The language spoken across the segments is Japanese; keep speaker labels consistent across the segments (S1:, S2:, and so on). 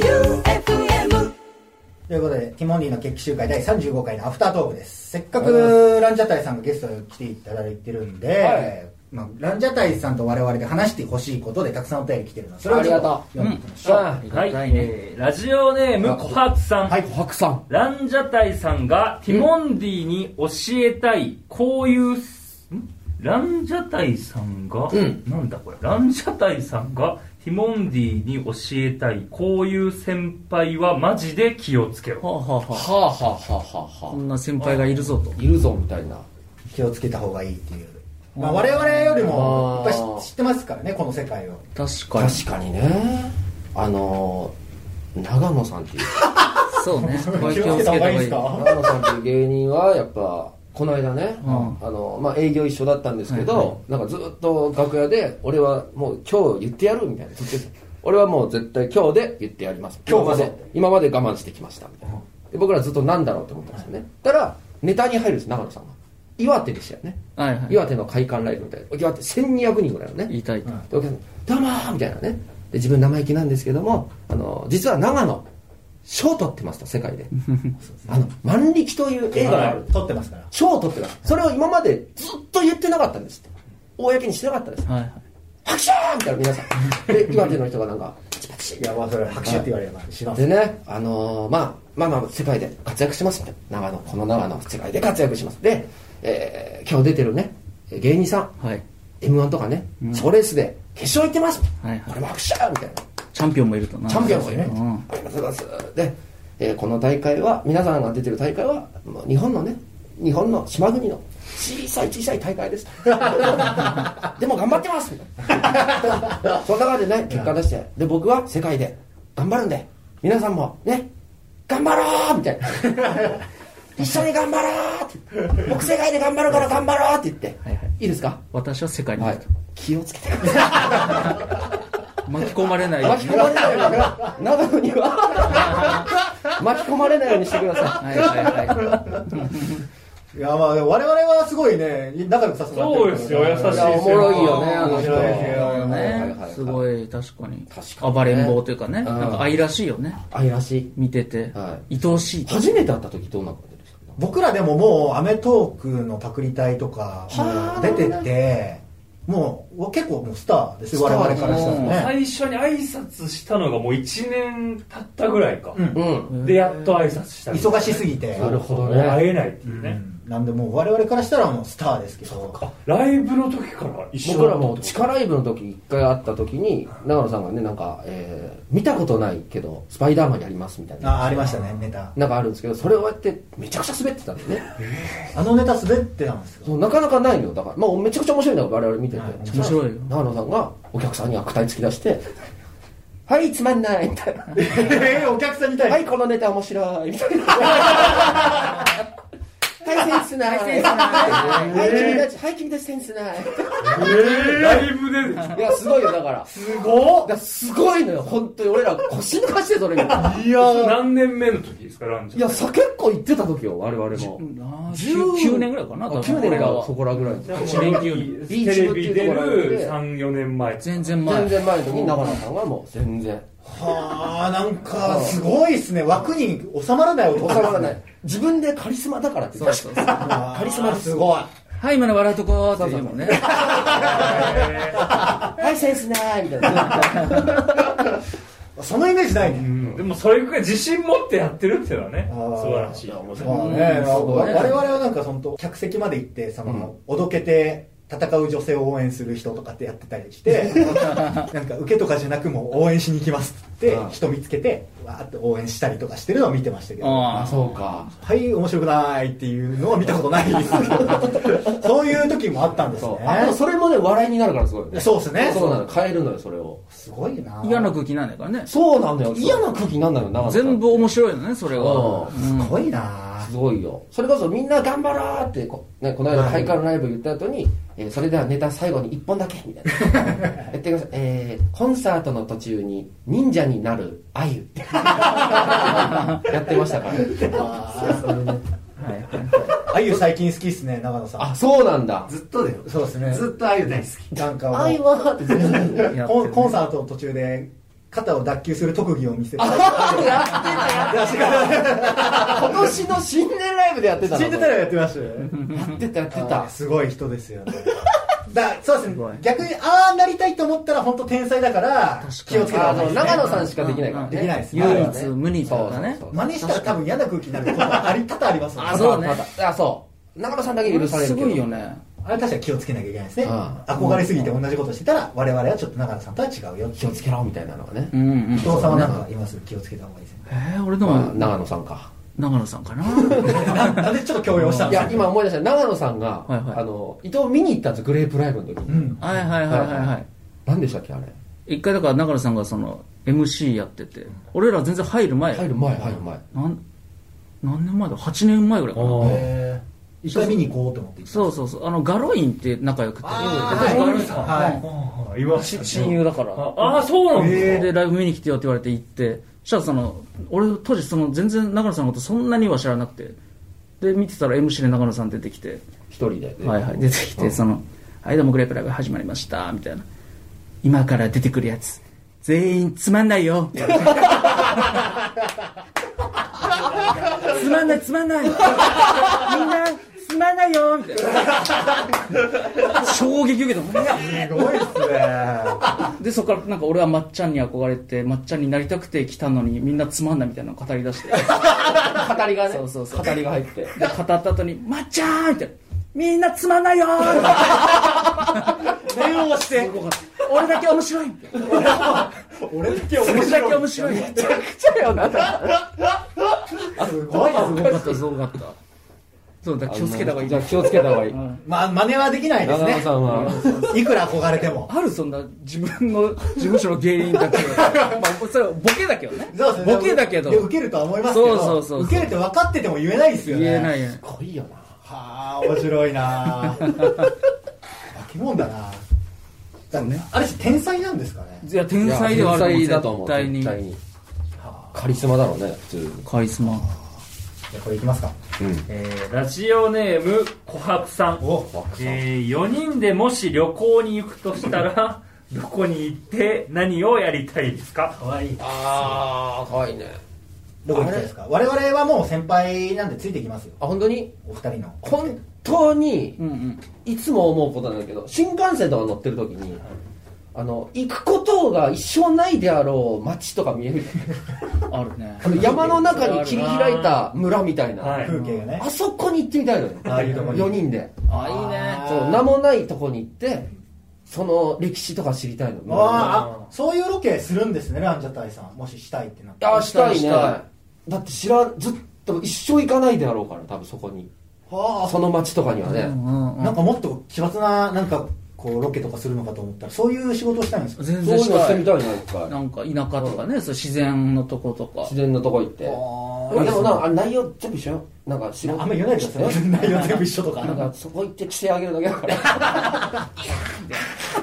S1: J-O-E-U-F-M
S2: ということで、ティモンディの決起集会第35回のアフタートークです。せっかくランジャタイさんがゲストに来ていただいてるんで、
S3: はい
S2: まあ、ランジャタイさんと我々で話してほしいことでたくさんお便り来てるので、それをちょっと読んでいきましょう。
S4: あはい、えーラジオネーム小発さん、
S2: はい、
S3: 白さん。
S4: ランジャタイさんがティモンディに教えたいこういう、んランジャタイさんが、
S3: うん
S4: なんだこれランジャタイさんがティモンディに教えたいこういう先輩はマジで気をつけろ
S5: はあ、はあは
S3: は
S5: あ、
S3: あはあはあ
S5: こ
S3: は
S5: んな先輩がいるぞと
S3: あ。いるぞ、みたいな。
S2: 気をつけた方がいいっていう。まあ、我々よりも、
S3: あ
S2: やっ
S3: ー
S2: ぱり知ってますからね、この世界を。
S5: 確かに。
S3: 確かにね。あのー、長野さんっていう。
S5: そうね。こ れ
S2: 気をつけた方がいいですか
S3: 長野さんっていう芸人はやっぱこの間ね、
S5: うん
S3: あのまあ、営業一緒だったんですけど、
S5: はい
S3: なんかずっと楽屋で俺はもう今日言ってやるみたいなずっと言ってた俺はもう絶対今日で言ってやります
S2: 今日
S3: ま
S2: こそ
S3: で今まで我慢してきましたみたいなで僕らずっとなんだろうと思ったんですよねたらネタに入るんです長野さんが岩手でしたよね、
S5: はいはい。
S3: 岩手の会館ライブみたいな岩手1200人ぐらいのね
S5: 言いたいと。
S3: でお客さん「どうも!」みたいなねで自分生意気なんですけどもあの実は長野賞取ってますと世界 であの「万力」という映画がある
S2: 撮ってますから。
S3: 賞を取ってますそれを今までずっと言ってなかったんですって公にしてなかったんです
S5: はいはい。
S3: 拍手みたいな皆さんで岩手の人がなんかパチパチ
S2: いや、まあ、それ拍手って言われれば知らん
S3: でね、あのーまあ、まあまあ世界で活躍しますって長野この長野世界で活躍しますで、えー今日出てるね芸人さん
S5: はい。
S3: m 1とかね
S5: うん
S3: 賞、レースで決勝行ってます、
S5: はいはい
S3: これも拍手みたいな
S5: チャンピオンもいるとな。
S3: チャンピオンもいる
S5: う
S3: と
S5: ん。
S3: ありがとうございます。で、えーこの大会は、皆さんが出てる大会は、もう日本のね、日本の島国の小さい小さい大会です。 でも頑張ってますみ たいなその中でね、結果出して、で、僕は世界で頑張るんで、皆さんもね、頑張ろうみたいな。 一緒に頑張ろうって。僕世界で頑張るから頑張ろうって言って。
S5: はいはい
S3: いですか
S5: 私は世界にい
S3: は
S5: る
S3: い
S5: と。。
S3: 気をつけて
S5: 巻き込まれないよう
S3: 巻
S5: に
S3: き込まれないように長野には 巻き込まれないようにしてくださ
S5: はいはいはい。
S2: いや、まあ、我々はすごいね、仲良くさせてもらってるから
S4: そうですよ優
S3: いい
S4: し
S3: やおもろいよねあの人
S2: 面白いですよ
S5: ね
S3: はいはいはい
S5: すごい、確かに。
S3: 確かにね
S5: 暴れん坊というかね。
S3: うん
S5: なんか愛らしいよね。
S3: 愛らしい
S5: 見てて。
S3: は
S5: 愛おしい。
S3: 初めて会った時どんな感じでした
S2: 僕らでももう『アメトーク』のパクリ隊とかもう出ててもう結構もうスターですよ
S3: スタ
S2: 我
S3: ー
S2: 々からしたらね
S4: 最初に挨拶したのがもう1年経ったぐらいか、
S2: うん
S3: うん
S4: でやっと挨拶したみたい
S2: 忙しすぎて
S3: なるほど
S4: もう会
S3: ね
S4: えないっていう
S2: う
S4: ね、
S2: んなんでもう我々からしたらもうスターですけど
S4: あライブの時から一緒
S3: 僕ら
S4: だったってこ
S3: も
S4: と
S3: 地下ライブの時一回会った時に長野さんがねなんか、えー見たことないけどスパイダーマンやりますみたいな
S2: あありましたねネタ
S3: なんかあるんですけどそれをやってめちゃくちゃ滑ってたんだよね
S2: あのネタ滑ってたんですよ
S3: そうなかなかないのよだから、まあ、めちゃくちゃ面白いんだよ我々見てて、
S2: はい
S5: 面白いよ
S3: 長野さんがお客さんに悪態つき出して 「はいつまんない」みたいな
S2: え お客さんに
S3: は
S2: 対
S3: い、
S2: し
S3: このネタ面白い。みたいな。はい、センスない。はい、君たち、はい、君たちセンスない。
S4: ライブで
S3: いや、すごいよ、だから。
S2: てすご
S3: だからすごいのよ、本当に。俺ら腰抜かして、それが。
S2: いやー
S4: 何年目の時ですかランジ
S3: い
S4: ャ
S3: や、さ、結構行ってた時よ、我々も。
S5: 9年ぐらいかな、多分
S3: 9年
S5: 俺ら
S3: が
S5: は
S3: そ。こらぐらいの時。
S5: 1年9年。
S3: ビ
S4: テ
S3: ーチ
S4: レ
S3: 部ってい
S4: ビ
S3: うと
S4: 出
S3: ころなんで
S4: る34年前
S5: 全然前。
S3: 全然前の時に長野さんはもう、全然。
S2: はあなんかすごいっすね枠に収まらない
S3: 収
S2: 男ですね
S3: まらない。自分でカリスマだからって
S5: そ
S3: 言
S5: う
S3: って
S5: そうそう。は
S2: あーカリスマすごい
S5: い、今の笑うとこーって言うもんね。
S3: はい、センスないみたいな。
S2: そのイメージないね
S4: うんでもそれくらい自信持ってやってるっていうのはね
S2: あー
S4: 素晴らしい面
S2: まあ
S4: 白い
S2: ね、我々はなんかその客席まで行ってその、おどけて戦う女性を応援する人とかってやってたりしてなんか受けとかじゃなくもう応援しに行きますって
S3: うん
S2: 人見つけてわーって応援したりとかしてるのを見てましたけど
S3: あ、
S5: あ
S3: そうか。
S2: はい面白くないっていうのは見たことないですけどそういう時もあったんです
S3: そう。あ、でも
S2: ね
S3: それもね、笑いになるからすごいよね。
S2: そうっすね
S3: そうなの、変えるのよ、それを。
S2: すごいな
S5: あ。嫌な空気なんだからね。
S3: そうなんだよ。嫌な空気になんないの、長野さん
S5: 全部面白いのね、それは。
S3: う
S2: すごいな
S3: すごいよ。それこそみんな頑張ろうってこ、ね、この間、ハイカルライブ言った後に、えーそれではネタ最後に1本だけ、みた いな。やってください。えー、コンサートの途中に忍者になるあ ゆって。やってましたから。
S5: はいはい
S2: あゆ最近好きっすね長野さん
S3: あ、そうなんだ。
S6: ずっとだよ
S2: そうですね
S6: ずっとあゆ大好き
S2: なんかもう
S3: あゆはって。
S5: やってる
S2: コンコンサートの途中で肩を脱臼する特技を見せて
S3: やってたやってた今年の新年ライブでやってたの
S2: 死んでたらやってましたよね
S3: やってたやって
S2: あー
S3: た
S2: すごい人ですよね だそうです
S5: すご
S2: ね
S5: い
S2: 逆にああなりたいと思ったら本当天才だから気をつけた
S3: あ
S2: 方がいい
S3: の
S2: ですね
S3: 長野さんしかできないからね
S2: できないですね
S5: 唯一無二と
S3: そう
S5: かね
S3: そうそう
S2: 真似したら多分嫌な空気になることがあり多々ありますもん
S5: あそうね
S3: ただただあそう長野さんだけ許される
S5: す
S3: けど
S5: ごいよね
S2: あれ確かに気をつけなきゃいけないですね
S3: あ
S2: 憧れすぎて同じことしてたら我々はちょっと長野さんとは違うよ
S3: 気をつけろみたいなのがね、
S5: うんうん
S2: 伊藤さんはなんか今すぐ気をつけた方がいいですね
S5: えー、俺で
S3: まあ、
S5: も
S3: 長野さんか
S5: 長野さんかな
S2: ななんでちょっと強要したん
S3: い
S2: です
S3: や
S2: か
S3: 今思い出した長野さんが、
S5: はいはい
S3: あの伊藤見に行ったんですよグレープライブの時
S2: う
S3: に、
S2: ん
S5: はいはいはいはいはい
S3: 何でしたっけあれ
S5: 一回だから長野さんがその MC やってて俺ら全然入る前
S3: 入る前入る前
S5: なん何年前だ8年前ぐらいかな
S2: へー一回見に行こうと思って行った
S5: そうそうそうあのガロインって仲良くて
S2: あー
S5: う
S2: はい
S5: ん私ガロイン
S2: はい
S4: 今
S5: し親友だから
S4: ああそうなんだ、
S2: えー
S5: でライブ見に来てよって言われて行ってそしたらその俺当時その全然長野さんのことそんなには知らなくてで見てたら MC で長野さん出てきて
S3: 一人で、
S5: はいはい、出てきて、その、はい、どうもグレープライブ始まりました、みたいな。今から出てくるやつ、全員つまんないよ。 つまんない、つまんない。みんな、つまんないよ、みたいな。衝撃受けた。
S2: すごいっすね
S5: で、そこからなんか俺はまっちゃんに憧れて、まっちゃんになりたくて来たのに、みんなつまんないみたいなのを語り出して。
S3: 語りがね
S5: そうそうそう
S3: 語りが入って
S5: で語った後に「まっちゃん!」みたいな「みんなつまんないよ!」ー電話して「俺だけ面白い!」
S2: 俺って
S5: 俺
S2: 面
S5: だ
S2: 白
S5: け
S2: い
S5: 面白い!」めちゃくち
S2: すごいです
S5: ゃかったすごかったそうだから気をつけた方がいい
S3: じゃあ気をつけた方がいい
S5: うん
S2: まあ真似はできないです
S3: 長野
S2: ね
S3: さんはい
S2: くら憧れても
S5: あるそんな自分の事務所の芸人だけまあそれはボケだけどね
S2: そうですね
S5: ボケだけど
S2: で受けるとは思いますけど
S5: そうそうそう
S2: 受けるって分かってても言えないですよ
S5: 言
S2: ね
S5: えない
S2: は
S5: よね
S3: すごいよな
S2: あ面白いな 化け物だなだねあれ天才なんですかね
S5: いや天才ではある
S3: いや天才だと思う
S5: 絶対に
S3: 絶対にカリスマだろうね普通に
S5: カリスマ
S2: じゃあこれいきますか
S4: えーラジオネーム琥珀さん
S2: お
S4: えー、4人でもし旅行に行くとした らどこに行って何をやりたいですか
S2: かわいい
S3: ああかわいいね
S2: どこ行きたいですか我々はもう先輩なんでついてきますよ
S3: あ本当に
S2: お二人の
S3: 本当に
S5: うんうん
S3: いつも思うことなんだけど新幹線とか乗ってる時にあの行くことが一生ないであろう街とか見え る
S5: あるね
S3: あの山の中に切り開いた村みたいな、
S4: はい
S2: 風景がね
S3: あそこに行ってみたいのよ
S2: ああいうとこに
S3: 4人で
S5: あいいね
S2: あー
S3: そう名もないとこに行ってその歴史とか知りたいの
S2: ああそういうロケするんですねランジャタイさんもししたいってなったら
S3: ああしたい
S5: し
S3: ね
S5: たい
S3: だって知らんずっと一生行かないであろうから多分そこに
S2: は
S3: その街とかにはね、
S5: うんうん
S2: あ
S5: うん
S2: なんかもっと奇抜ななんかこうロケとかするのかと思ったらそういう仕事をしたいんですか
S5: 全
S3: そう
S5: 然
S3: いう
S5: し
S3: のしてて
S5: み
S3: み
S5: たい
S3: たいな一回
S5: なんか田舎とかね、そう自然のとことか
S3: 自然のとこ行って
S2: あ
S3: でもな
S2: あ
S3: あ内容全部一緒よなんか仕事
S2: あんま言わないでください内容全部一緒とか
S3: なんかそこ行って規制上げるだけだから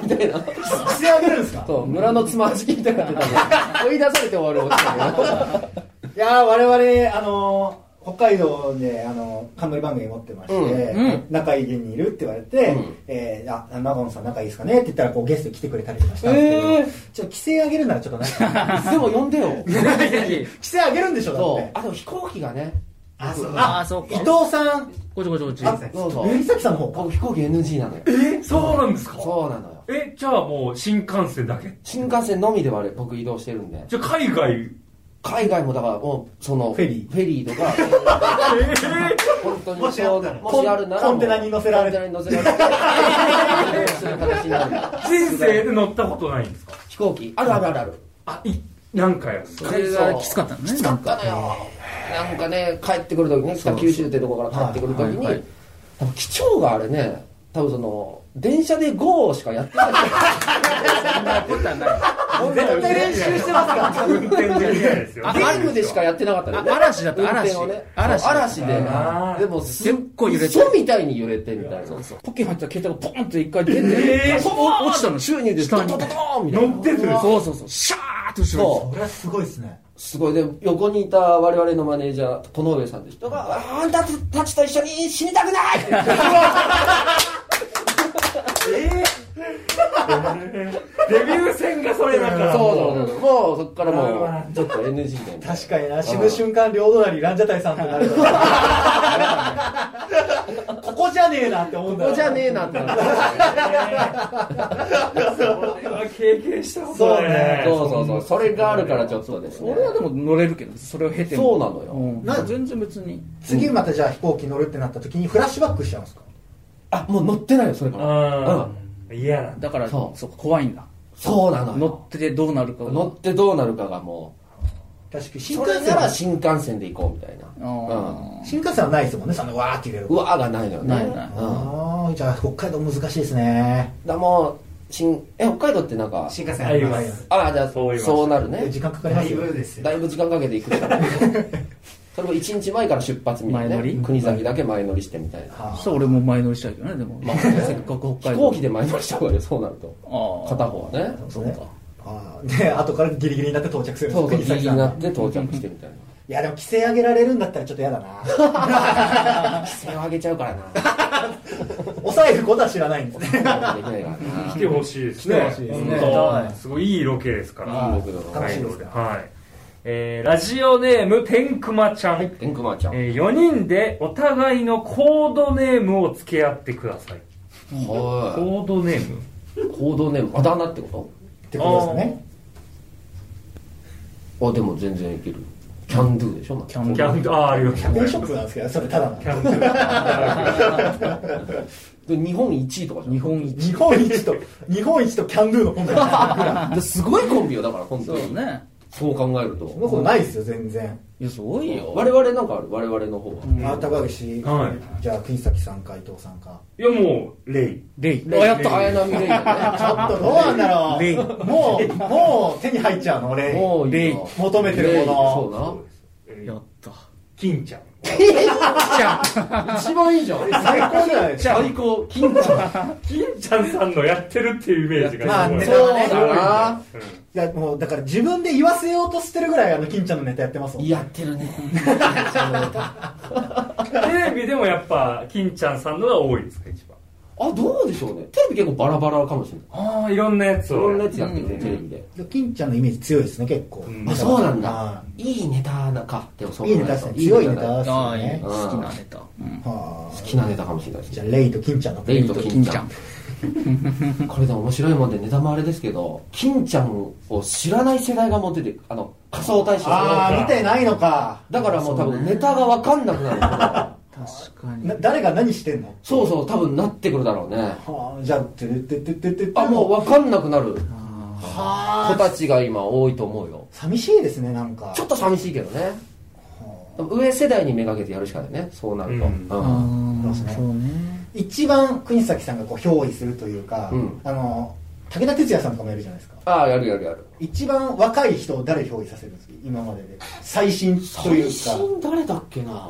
S3: みたいな
S2: 着せ上げるんですか
S3: そう村のつまじきみたいになってたん で追い出されて終わる落ちたけど
S2: いやー我々あのー北海道であのー冠番組持ってまして、
S5: うんうん
S2: 仲いい芸人いるって言われて、
S3: うん
S2: えーあ長野さん仲いいですかねって言ったらこうゲストに来てくれたりとかしたんですけど、
S3: え
S2: ちょっ
S3: ー
S2: と規制上げるならちょっとね規
S3: でも呼んでよ
S5: ぜひ
S2: 制上げるんでしょだ
S3: そ
S2: っ
S3: う
S2: て
S3: あと飛行機がね
S2: あそう
S5: あそうか
S2: 伊藤さん
S5: こっちこっちこっち
S2: あ
S3: そうそう
S2: ゆりさきさんの方
S3: 僕飛行機 NG なのよ
S4: えそうなんですか
S3: そうなのよ
S4: えじゃあもう新幹線だけ
S3: 新幹線のみで我々僕移動してるんで
S4: じゃあ海外
S3: 海外もだからもうその
S2: フェリー
S3: フェリー とか本当に
S2: もしあったら
S3: もしあるなら
S2: コンコンテナに乗せられる
S3: コンテナに乗せられる移動する形になる
S4: 人生で乗ったことないんですか
S3: 飛行機あるあるあるある
S4: あい何回あるんですか
S5: それがきつかったのね
S3: きつかったのよなんかね帰ってくる時に北九州ってとこから帰ってくる時に、
S5: はいはい
S3: 多分機長があれね多分その電車で GO しかやってない
S2: 絶対練習してますから
S4: 運転できないですよ
S3: ゲームでしかやってなかったね
S5: あ嵐だった嵐
S3: 運転をね
S5: 嵐
S3: そう嵐で
S4: あー
S3: でもす
S5: 結構揺れて
S3: 嘘みたいに揺れてみたいな
S5: そうそうポッケに入ってた携帯がポンって一回出て、
S4: えー
S5: ポン落ちたの
S3: 宙にで
S5: 下
S3: ド
S5: に
S3: ドドドーンみたいな
S4: 乗ってる
S5: そうそうそうシャーッと後ろ
S3: そ
S2: これはすごいですね
S3: うすごいで横にいた我々のマネージャーこの上さんって人が「あんたたちと一緒に死にたくない!」
S2: え
S4: デビュー戦がそれだから。
S3: そう
S4: も
S3: そうそうもうそっから
S4: うわ
S3: もうちょっと NG だよね
S2: 確かにな死ぬ瞬間両隣ランジャタイさんってなるから ここじゃねえなって思うんだ
S3: ここじゃね
S2: え
S3: えなってなる
S4: それは経験したこと
S2: そう
S4: ない
S2: ね
S3: そうそうそうそれがあるからちょっとですね
S5: 俺はでも乗れるけどそれを経て
S3: そうなのよ
S5: うん
S2: な
S5: 全然別に
S2: 次またじゃあ飛行機乗るってなった時にフラッシュバックしちゃうんですか
S3: あもう乗ってないよそれから
S4: うん。嫌なんだ。
S5: だから
S3: そう
S5: そう怖いんだ
S3: そうなの
S5: 乗
S3: よ
S5: っててどうなるかが
S3: 乗ってどうなるかがも
S2: 確かに
S3: う
S2: 新
S3: そ
S2: 幹線
S3: れな
S2: は
S3: ら新幹線で行こうみたいな
S5: あ
S2: 新幹線はないですもんねそんなわーって入れる
S3: うわーがないのよね
S5: ないない
S3: うん
S2: ああじゃあ北海道難しいですね
S3: だもう新え北海道ってなんか
S6: 新幹線ありま
S2: はい
S6: す
S3: ああじゃあ
S4: そう言いました
S3: そうなるね
S2: 時間かかりま
S6: だ
S2: す
S6: い
S2: よ
S6: ぶですよ
S3: だいぶ時間かけて行くからそれも1日前から出発みたいな
S5: 前乗り
S3: ね国崎だけ前乗りしてみたいな
S5: あ
S2: は
S5: そう俺も前乗りしたいけどねでもまあせっかく北
S3: 飛
S5: 海
S3: 行
S5: 道
S3: 機で前乗りした方がいいよそうなると
S5: ああ
S3: 片方はね
S2: あ
S5: そう
S2: ね
S5: か
S2: ああで後からギリギリになって到着するんです
S3: そうそう
S2: 国
S3: ギリ
S2: 際
S3: ギリ
S2: 線
S3: になって到着してみたいな
S2: いやでも規制上げられるんだったらちょっと嫌だな
S3: 規制を上げちゃうからな
S2: お財布ことは知らないんですね
S3: できないからな
S4: 来てほしいですね。
S2: 来てほしいですね
S4: 本当すごいいいロケですから。
S3: いい僕だな
S2: 楽しいですね
S4: はい。えーラジオネーム、天熊ちゃん。
S3: エンクマちゃん
S4: え4人でお互いのコードネームを付け合ってください。
S3: は
S4: コードネーム
S3: い行動ネームあだ名ってこ
S2: ってことですかね
S3: とあでも全然いけるキャンドゥでしょ
S5: キャン
S4: キャンドゥ、あー、ありがとうご
S2: 100円
S4: ざい
S2: ショップなん
S4: ます。
S2: ですけどそれただの
S4: キャンドゥ。
S3: で日本1位とかじゃん
S5: 日本一
S2: 日本一と日本一とキャンドゥのコンビ
S3: ですごいコンビよだから本
S5: そ
S3: 当
S5: う
S3: に
S5: ね
S3: そう考える
S2: そんな
S3: と
S2: ことないですよ全然
S5: いやすごいよ
S3: 我々なんかある我々の方は
S5: うん
S2: あ高岸、
S4: は
S2: じゃあ国崎さんか伊藤さんか
S4: いや、もう、レイ。
S5: レイ
S3: あやった綾波レイ
S2: ちょ
S3: だ
S2: っとどうなんだろ
S5: レイ
S2: うもうもう手に入っちゃうの
S3: ね
S2: 俺
S3: もういいな
S5: レイ
S2: 求めてるもの
S3: レイそうな
S5: やった
S4: 金ちゃん。
S3: 一番いいじゃん
S2: 最高じゃないですか
S3: 最高金ちゃ
S4: 金ちゃんさんのやってるっていうイメージ
S2: ま
S4: が
S2: あ
S4: すごい。
S2: ネ
S3: ん
S2: タはね
S4: すごいんだ
S3: な
S4: よ
S2: だからもうだから自分で言わせようとしてるぐらいあの金ちゃんのネタやってますもん
S3: やってるね
S4: うんテレビでもやっぱ、金ちゃんさんのが多いですか、一番。
S3: あどうでしょうねテレビ結構バラバラかもしれない
S4: ああ、いろんなやつ
S3: いろ
S4: を。
S3: んなやつやってるね
S5: うん
S3: テレビで
S2: 金ちゃんのイメージ強いですね結構、
S4: うん
S3: あそうなんだ
S2: はい
S3: いネタなんかでもそう
S2: い
S3: 考
S2: いネ
S3: える
S2: タ
S3: と
S2: ですね強いネタ
S3: 好
S2: です
S5: あ
S2: よ
S5: あいい
S2: ね
S5: 好きなネタうん
S2: はあ
S3: きなネタかもしれないです
S2: じゃ
S3: ね
S2: あレイと金ちゃんの
S3: レイと
S5: 金
S3: 金
S5: ち
S3: ち
S5: ゃ
S3: ゃ
S5: ん
S3: んこれでも面白いもんでネタもあれですけど金ちゃんを知らない世代がもう出てくるあの仮想大賞
S2: ああ見てないのか
S3: だからもう多分ネタが分かんなくなる
S5: 確か
S2: な
S5: に
S2: 誰が何してんの
S3: そうそう多分なってくるだろうね
S2: はあじゃあてるててててて
S3: あもう分かんなくなる
S5: あ
S2: は
S3: 子
S2: あ
S3: たちが今多いと思うよ
S2: 寂しいですねなんか
S3: ちょっと寂しいけどね上世代にめがけてやるしかないねそうなると
S4: う
S3: うん
S5: あ
S3: ん
S5: ーそうね
S2: 一番国崎さんがこう憑依するというか、
S3: うん
S2: あの武田鉄矢さんとかもやるじゃないですか
S3: ああやるやるやる
S2: 一番若い人を誰憑依させるんですか今までで最新というか
S3: 誰だっけな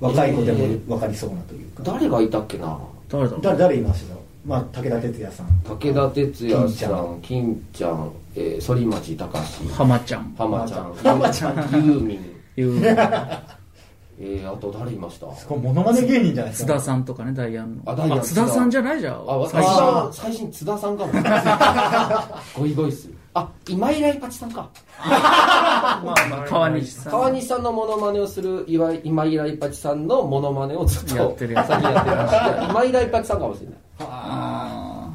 S2: 若い子でも分かりそうなというか、
S3: 誰がいたっけな
S5: 誰だろう
S2: 誰誰いましたまあ武田鉄矢さん
S3: 武田鉄矢
S2: 金ち
S3: さ
S2: ゃ
S3: ん金ちゃん、えー、反町隆史
S5: 浜ちゃ ん
S3: 浜ちゃん
S2: 浜ちゃん
S3: ユーミン、
S5: いう
S3: えー、あと誰いました
S2: すごいモノマネ芸人じゃないです
S5: 津
S2: か
S5: 田さんとかねダイアンの
S3: あダイアン
S5: 津田さんじゃないじゃん
S3: あ
S5: 最
S3: 私
S5: 初
S3: は最新津田さんかも ゴイゴイスあ今井来八さんか
S5: まあまあ川西さん
S3: 川西さんのモノマネをする岩井今井来八さんのモノマネをずっと
S5: やってるやつ
S3: 先にやってました今井来八さんかもしれない
S5: あ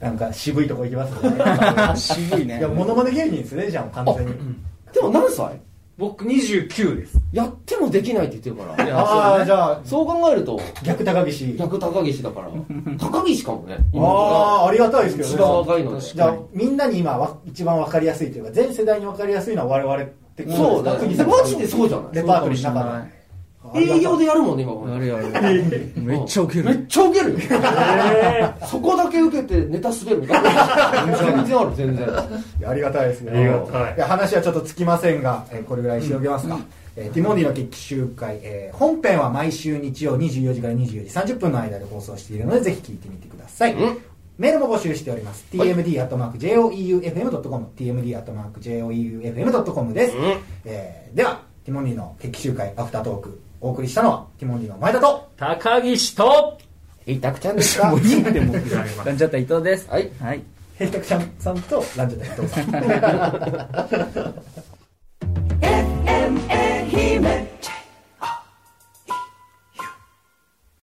S2: なんか渋いとこ行きます ね
S5: あ 渋いね
S2: いやモノマネ芸人ですねじゃあ完全に
S3: でも何歳
S4: 僕29です。
S3: やってもできないって言ってるか
S5: い
S3: ら
S5: や
S2: ああ、じゃあ
S3: そう考えると
S2: 逆高岸
S3: 逆高岸だから高岸かもね
S2: ああ
S3: あ
S2: ーありがたいですけ
S3: 一
S2: ど
S3: 番
S2: ね
S3: 若いので
S2: じゃあみんなに今わ一番分かりやすいというか全世代に分かりやすいのは我々ってこと
S3: そうだ
S2: です
S3: ね
S2: か
S3: マジでそうじゃ
S2: レ
S3: な
S2: パートリーの中
S3: い営業
S2: で
S3: でやるもんね今こ
S5: や
S3: れ
S5: るやるめっちゃウケ
S3: めっ
S5: る
S3: ちゃウケるよそこだけ受けてネタ滑るみたいな全然ある全然
S2: いやありがたいですね
S4: ありがたい
S2: や話はちょっとつきませんが、えーこれぐらいにしておきますか、えーティモンディの劇集会、えー本編は毎週日曜24時から24時30分の間で放送しているのでぜひ聞いてみてください、
S3: うん
S2: メールも募集しております。
S3: はい
S2: tmd.joeufm.com。tmd.joeufm.com です。
S3: うん
S2: えーでは、ティモンディの決起集会アフタートーク、お送りしたのは、ティモンディの前田と、
S4: 高岸と、
S3: いたくちゃんでした。
S4: いいってもうられま
S5: ランジャタイ伊藤です。
S3: はい。
S5: はい。
S2: 平卓ちゃんさんとランジャタイ伊藤さん